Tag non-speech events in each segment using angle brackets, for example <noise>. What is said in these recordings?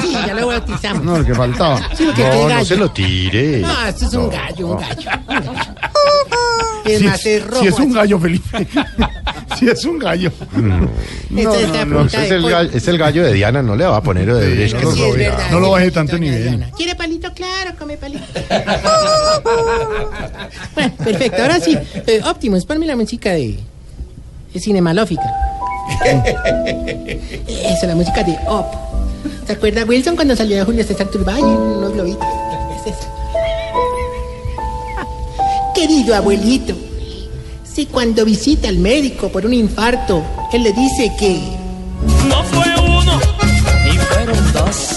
Sí, ya lo bautizamos. No, lo que faltaba. <laughs> Sí, porque es no, no gallo. se lo tire. No, esto es un No, gallo, un no. gallo. Es Si, más, es rojo. si es un así. gallo, Felipe. <laughs> si es un gallo. Esto es la No, punta ese es, de el pollo. gallo, es el gallo de Diana, no le va a poner de Brecht. Sí, es verdad, no lo es baje palito, tanto doña nivel. Diana. ¿Quiere palito? Claro, come palito. <laughs> bueno, perfecto. Ahora sí, eh, Optimus, ponme la música de, de <laughs> Cinemalófica. Eso, la música de Op. ¿Se acuerda Wilson cuando salió de Julio César Turbay en unos globitos? Es eso. <laughs> Querido abuelito, si cuando visita al médico por un infarto, él le dice que... No fue uno, ni fueron dos,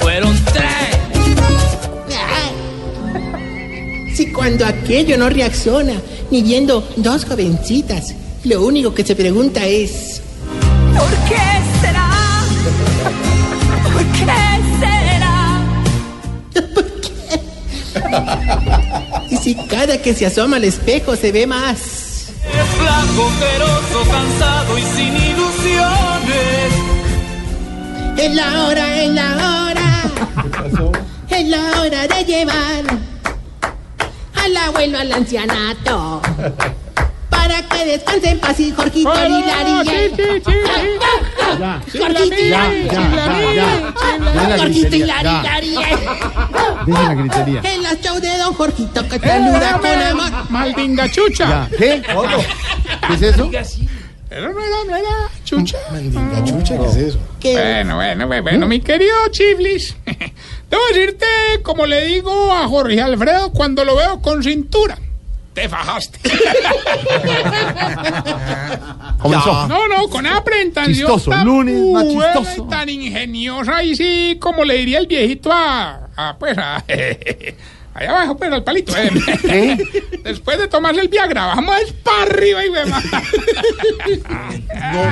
fueron tres. Si cuando aquello no reacciona, ni viendo dos jovencitas, lo único que se pregunta es, ¿Por qué será? ¿Por qué será? ¿y si cada que se asoma al espejo se ve más? Es flaco, feroz, cansado y sin ilusiones. Es la hora, es la hora, es la hora de llevar al abuelo al ancianato. Para que descanse en paz y Jorgito y Larilla. Jorgito y Ya, ya, ya, ya. Dejen la Jorgito y gritería. Ya, Larilla. dejen la gritería. En la show de Don Jorgito Eh, que saluda con amor. Maldinga chucha. Ya. ¿Qué? ¿Qué es eso? Chucha. Maldita chucha, ¿qué es eso? eh. Que Bueno, bueno, bueno, bueno, mi querido Chiflis. <laughs> Debo decirte, como le digo a Jorge Alfredo, cuando lo veo con cintura, te fajaste. Comenzó. No, no, con esa presentación Chistoso, tan lunes, más buena y chistoso. tan ingeniosa y sí, como le diría el viejito a, a, pues a, <laughs> allá abajo, pues al palito. eh. Después de tomarse el Viagra, vamos para arriba <laughs> y demás.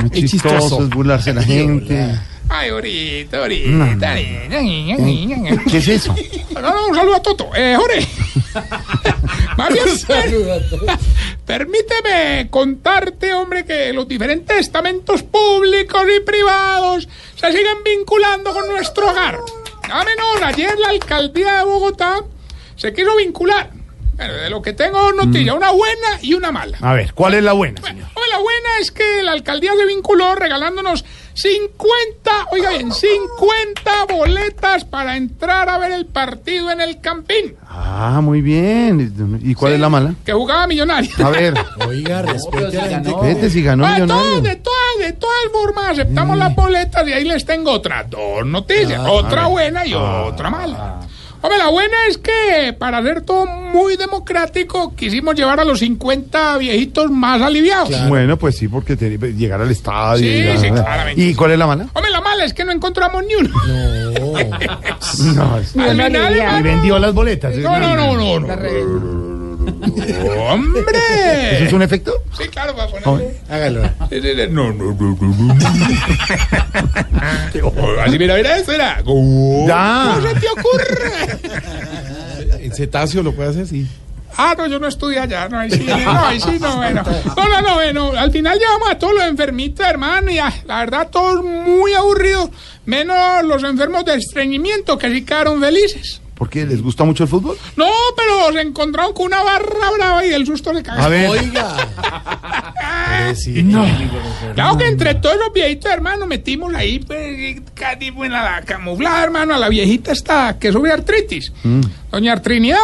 Muy chistoso es burlarse a la gente. Ay, ahorita, ahorita. ahorita, ña, ña, ña, ña. ¿Qué es eso? No, no, un saludo a Toto. Eh, <laughs> Jorge. Más bien, per- permíteme contarte, hombre, que los diferentes estamentos públicos y privados se siguen vinculando con nuestro hogar. A menor, ayer la alcaldía de Bogotá se quiso vincular. Bueno, de lo que tengo noticia, una buena y una mala. A ver, ¿cuál es la buena, Bueno, la buena es que la alcaldía se vinculó regalándonos 50, oiga bien, 50 boletas para entrar a ver el partido en el Campín. Ah, muy bien. ¿Y cuál es la mala? Que jugaba Millonarios. A ver, vete si ganó Ah, de todas, de millonario. todas, de todas formas, aceptamos las boletas y ahí les tengo otras dos noticias. otra buena y otra mala. Hombre, la buena es que para hacer todo muy democrático quisimos llevar a los 50 viejitos más aliviados. Bueno, pues sí, porque te- llegar al estadio. Sí, llegar- sí, claramente. ¿Y cuál es la <laughs> mala? Hombre, la mala es que no encontramos ni uno. No, es- Al final, Y hermano, vendió las boletas. ¿eh? No, no, no, no, no. ¿Eso es ¡Hombre! un efecto? Sí, claro, para ponerle. Hágalo. Sí, sí, sí. No, no, no, no, no. <laughs> Así, mira, mira eso, era. Ya. ¿Cómo se te ocurre? En cetáceo lo puede hacer, sí. Ah, no, yo no estudié allá, no, ahí sí, no, ahí sí, no, bueno. No, no, no, bueno, al final llevamos a todos los enfermitos, hermano, y ah, la verdad, todos muy aburridos, menos los enfermos de estreñimiento que sí quedaron felices. ¿Por qué? ¿Les gusta mucho el fútbol? No, pero se encontraron con una barra brava y el susto le A cagaron. ver. Claro que entre todos los viejitos, hermano, metimos ahí, pues, ca- tipo, en la camuflada, hermano, a la viejita esta que sube artritis. Doña Trinidad.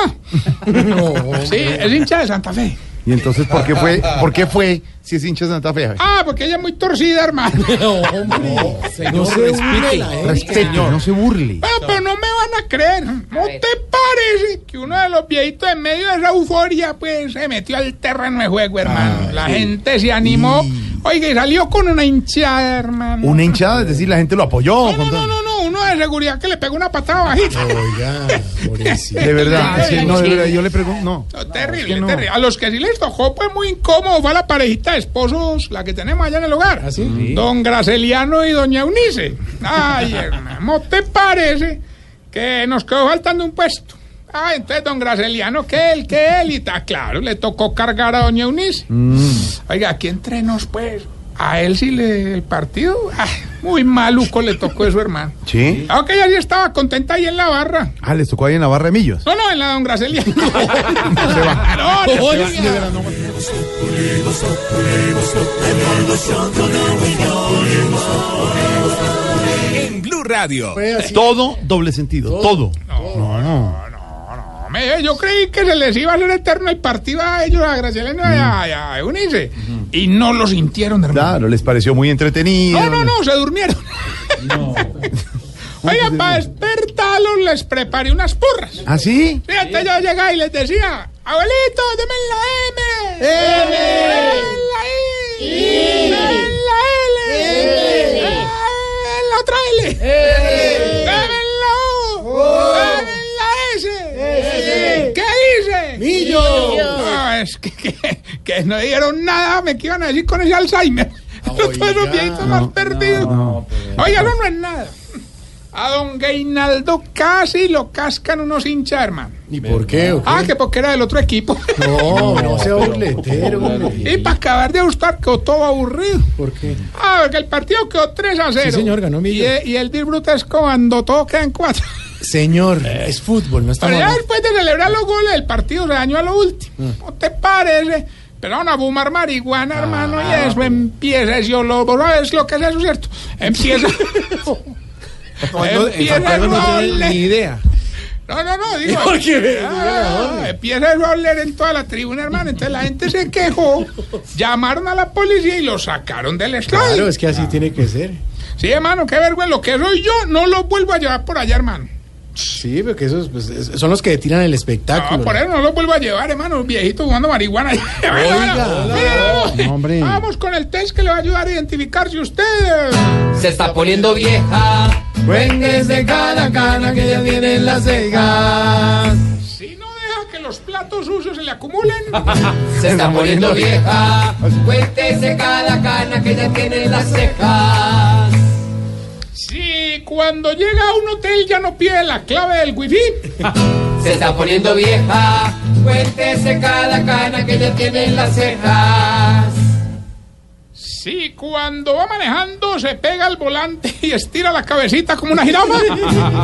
sí, es hincha de Santa Fe. ¿Y entonces por qué fue, por qué fue si es hincha de Santa Fe? A ver. Ah, porque ella es muy torcida, hermano. No se respete. Respete, no se burle. Pero, pero Ah, pues no me van a creer. ¿No te parece que uno de los viejitos en medio de esa euforia, pues se metió al terreno de juego, hermano? la gente se animó. Oiga, y salió con una hinchada, hermano. Una hinchada, es decir, la gente lo apoyó. No, no, no, no, no, uno de seguridad que le pegó una patada bajita. De verdad, Ay, sí, no, de verdad, yo le pregunto, no. No, terrible, es que no. terrible. A los que sí les tocó, pues muy incómodo fue la parejita de esposos, la que tenemos allá en el hogar. Ah, Don Graceliano y Doña Eunice. <laughs> Ay, hermano, ¿no te parece que nos quedó faltando un puesto? Ah, entonces don Graceliano, que él, que él, y está claro, le tocó cargar a Mm. doña Eunice. Oiga, aquí entre nos, pues, a él sí le el partido. ay, Muy maluco le tocó eso, hermano. ¿Sí? Aunque ella sí estaba contenta ahí en la barra. Ah, les tocó ahí en la barra de Millos. No, no, en la don Gracelia. no, se va. No, no, se va. En Blue Radio. Todo doble sentido, todo. No, no. Hombre, yo creí que se les iba a hacer eterno el partido a ellos, a Gracielena y a- y a, Eunice. Y no lo sintieron, hermano. Claro, les pareció muy entretenido. No, no, no, se durmieron. <laughs> Oiga, para despertarlos les preparé unas porras. ¿Ah, sí? Fíjate, yo llegaba y les decía, abuelito, denme la M. M. Denme la I. Denme la L. M. Denme la otra L. Denme la O. Denme la S. ¿Qué dice? No, es que, que- que no dieron nada, me que iban a decir con ese Alzheimer. <laughs> Todos los viejitos más perdidos. Oiga, no, no es nada. A don Gainaldo casi lo cascan unos hinchas, hermano. ¿Y por qué? o qué? Ah, que porque era del otro equipo. No, no sea boletero. <laughs> y para acabar de gustar quedó todo aburrido. ¿Por qué? Ah, porque el partido quedó 3 a 0. Sí, señor, ganó y, Millo. e- y el disfrute es cuando todo quedan 4. Señor, es fútbol, no <laughs> Pero estamos. ya después de celebrar los goles del partido se dañó a lo último. Ah. ¿No te parece? Pero van a fumar marihuana, hermano, y eso empieza ese olor. ¿Vos ¿Sabes lo que es eso, cierto? Empieza... <laughs> empieza Santiago el no tiene olor. ni idea. No, no, no, digo. Ah, empieza eso a oler en toda la tribuna, hermano. Entonces la gente se quejó, llamaron a la policía y lo sacaron del estadio. Claro, es que así tiene que ser. Sí, hermano, qué vergüenza. Lo que soy yo, no lo vuelvo a llevar por allá, hermano. Sí, porque esos pues, es- son los que tiran el espectáculo. No, por eso no lo vuelvo a llevar, hermano. Viejito jugando marihuana. <laughs> Mira, mira, No, hombre. Vamos con el test que le va a ayudar a identificar si usted. Se está poniendo vieja. Cuengues de cada cana que ya tienen las cejas. Si no deja que los platos sucios se <laughs> le acumulen. Se está poniendo vieja. Cuéntese cada cana que ya tiene en las cejas. si cuando llega a un hotel ya no pide la clave del wifi. <laughs> Se está poniendo vieja. Cuéntese cada cana que ya tiene en las cejas. si cuando va manejando se pega al volante y estira la cabecita como una jirafa.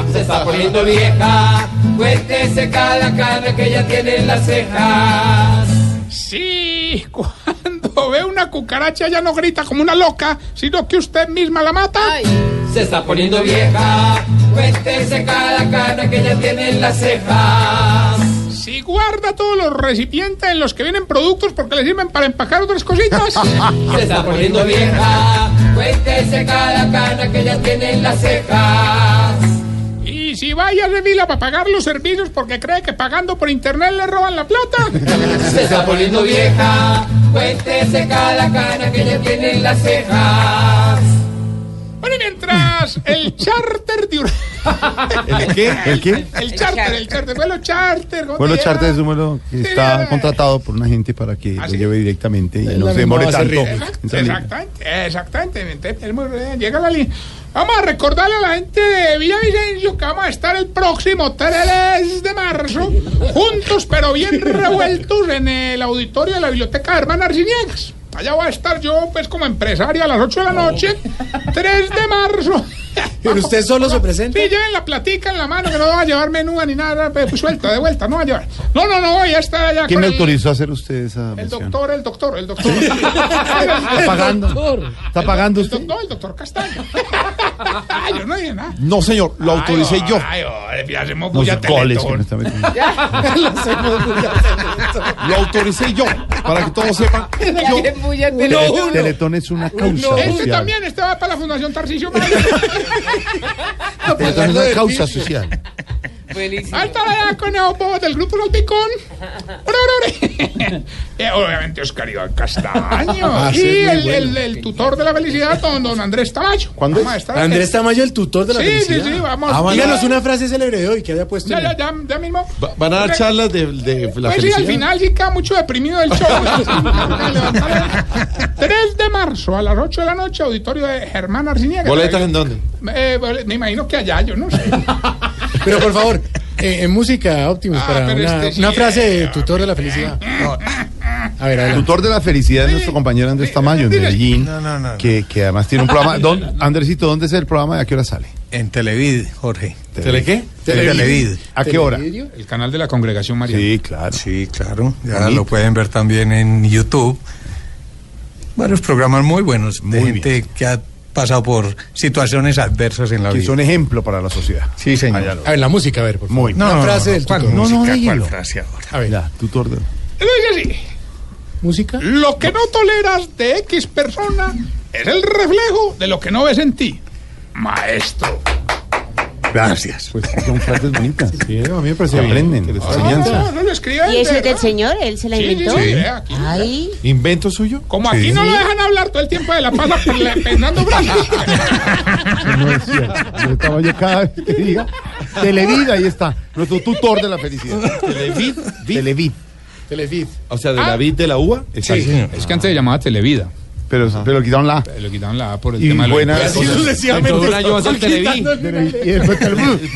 <laughs> Se está poniendo vieja. Cuéntese cada cana que ya tiene en las cejas. si cuando ve una cucaracha ya no grita como una loca, sino que usted misma la mata. Se está poniendo vieja. Cuéntese cada cana que ya tiene en las cejas. Si guarda todos los recipientes en los que vienen productos porque le sirven para empacar otras <laughs> cositas. Se está poniendo vieja. Cuéntese cada cana que ya tiene en las cejas. y si vaya de fila para pagar los servicios porque cree que pagando por internet le roban la plata. Se está poniendo vieja. Cuéntese cada cana que ya tiene en las cejas. bueno, y mientras el charter de Ur- ¿El qué? ¿El qué? el charter, el charter, vuelo charter. ¿cómo Pueblo te Charter es llama? un vuelo que Sí, está eh, contratado por una gente para que Ah, lo sí. lleve directamente y Es no la se misma demore base tanto. riesgo. en Exact- salir. Exactamente, exactamente. Entonces, es muy- eh, Llega la línea. Vamos a recordarle a la gente de Villavicencio que vamos a estar el próximo 3 de marzo, juntos pero bien revueltos en el auditorio de la Biblioteca de Hermana Arciniegas. Allá voy a estar yo, pues, como empresaria a las 8 de la noche, 3 de marzo. Pero usted solo se presenta. Sí, lleven la platica en la mano, que no va a llevar menúa ni nada, pues, suelta, de vuelta, no va a llevar. No, no, no, ya está allá. ¿Quién con le el- autorizó a hacer usted esa El mención? doctor, el doctor, el doctor. ¿Está pagando? ¿Está pagando El usted? doctor, el doctor Castaño. <laughs> yo no dije nada. No, señor, lo Ay, oh, Ay, oh, ya hacemos Pues, No bulla sé goles que Teletón. me está <laughs> metiendo. Lo autoricé yo, para que todos <laughs> sepan. Tele- Teletón es una causa Este social. también, este va para la Fundación Tarcisio pues, Teletón es una causa social. Alta allá con el bobo del grupo Salpicón. Ore, ore, ore. <laughs> Eh, Obviamente Oscar Iván Castaño. Ah, y sí, muy el, bueno. el- el tutor de la felicidad, don, don Andrés Tamayo. ¿Cuándo Vamos a es? estar aquí. Andrés Tamayo, el tutor de la Sí, sí, felicidad. sí, vamos. Ah, Díganos una frase célebre de hoy que haya puesto. Ya, ya, ya, ya mismo. Van a dar charlas de, de la Pues sí, al final sí queda mucho deprimido del show. <laughs> 3 de marzo a las 8 de la noche, auditorio de Germán Arciniega. dónde? Eh, bole- me imagino que allá, yo no sé. Pero por favor, eh, en música Optimus Ah, para pero una, este sí una frase de es, tutor de la felicidad. A ver, adelante. Tutor de la felicidad es nuestro compañero Andrés Tamayo en dile. Medellín, No, no, no, no. Que, que además tiene <laughs> un programa. ¿Dónde- Andresito, ¿dónde es el programa y a qué hora sale? En Televid, Jorge. ¿Tele qué? Televid. Televid. ¿A qué hora? El canal de la Congregación María. Sí, claro. Sí, claro. Ya Bonito. lo pueden ver también en YouTube. Varios programas muy buenos de Muy gente que ha pasado por situaciones adversas en la Que vida. son ejemplo para la sociedad. Sí, señor. Allá lo- A ver, la música, a ver, por favor. Muy bien. La frase del ¿cuál tutor. música? No, no, ¿Cuál dígalo. frase ahora? A ver, Ya, tutor de. Lo dice así. música. Lo que no toleras de X persona es el reflejo de lo que no ves en ti. Maestro. Gracias. Pues son frases bonitas. Sí, a mí me Se parece aprenden. Ah, No, enseñanza. no, no lo escribe. ¿Y eso es del ¿verdad? señor? ¿Él se la Sí, sí, inventó? sí, vea, aquí. Ay, ¿Invento suyo? Como aquí Sí. no lo dejan hablar todo el tiempo de la pasa <laughs> pe- peinando brazos. No es cierto. Yo estaba yo cada vez que diga. Televid, ahí está. Nuestro tutor de la felicidad. Televid. Televid. Televid. O sea, de Ah. la vid de la uva. Sí, señor. Es que antes se llamaba Televida. Pero, pero quitaron la. A. Eh, Le quitaron la A por el Y tema de los buena- impuestos. Sí, Dentro de un año va a ser Televid. Y después Televid. Uy,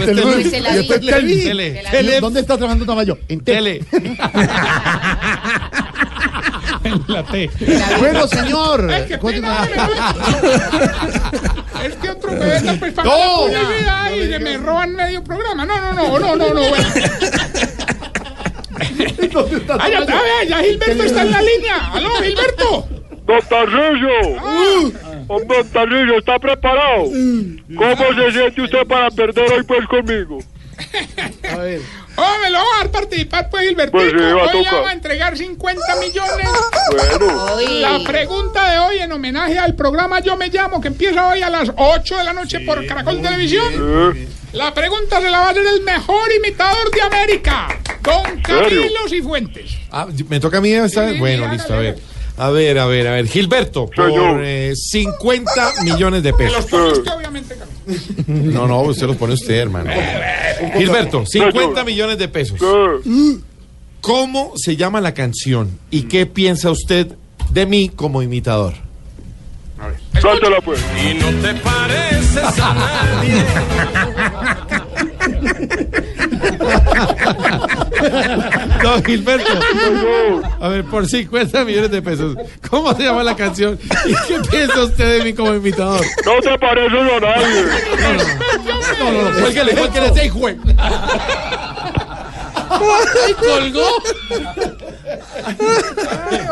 se la Y después vi. Televid. Tele. Se la ¿Y Pues Tele. ¿Dónde está trabajando Tamayo? En Tele. La T. Bueno, señor. Ay, qué pena, Continúa. <laughs> hombre. Es que otro me venga pues para la No. publicidad y le- me roban medio programa. No, no, no, no, no, no. <laughs> bueno. Ay, ya, está, vea, ya Gilberto está en la línea. Aló, Gilberto. Don Tarrillo, hombre, don Tarrillo, ¿está tá preparado? ¿Cómo se siente usted para perder hoy pues conmigo? Oh, me lo va a dar participar, pues, Gilbertico. Pues sí, va a hoy le tocar. vamos a entregar 50 millones. Bueno, Uy. La pregunta de hoy en homenaje al programa Yo Me Llamo, que empieza hoy a las 8 de la noche por Caracol Televisión. eh, La pregunta se la va a hacer el mejor imitador de América, Don Camilo Cifuentes. Ah, me toca a mí esta vez? Sí, Bueno, hágale, listo, a ver. hágale. A ver, a ver, a ver. Gilberto, por Señor. eh, 50 millones de Que los pesos. pone usted, obviamente, Camilo. No, no, usted los pone usted, hermano. Gilberto, 50 millones de pesos. eh, ¿Cómo se llama la canción? ¿Y qué piensa usted de mí como imitador? cántala pues. Y no te pareces a nadie. No, Gilberto. Hum. A ver, por 50 millones de pesos. ¿Cómo se llama la canción? ¿Y qué piensa usted de mí como imitador? No te pareces a nadie. No, no, no. Cuélguele, cuélguele ese hijo. de- Ay, colgó.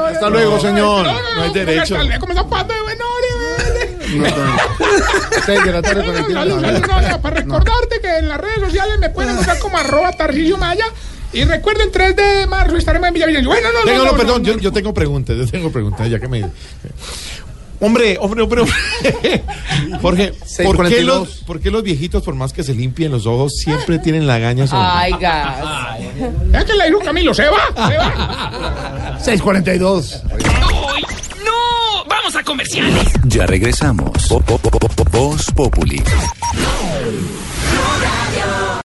Hasta luego, señor. No, no, no, hay derecho. tal vez como esa pata de buena hora, No, no, no. <laughs> Seis de la tarde con el Salud, salud, tiempo. no, ya, Para recordarte que en las redes sociales me Ah. pueden encontrar como arroba Tarcillo Maya. Y recuerden, 3 de marzo estaremos en Villavicencio. Bueno, no, no, Tengo, no, no, no, perdón, no, Yo, yo tengo preguntas, yo tengo preguntas, ya que me... Hombre, hombre, hombre, hombre. <laughs> Jorge, ¿por qué, 6:42? los, por qué los viejitos, por más que se limpien los ojos, siempre tienen lagañas? hombre? ay, gas. Es que la dijo Camilo, se va, <laughs> se va. 642. ¡No! ¡Vamos a comerciales! Ya regresamos. Po- po- po- po- po- Voz Populi.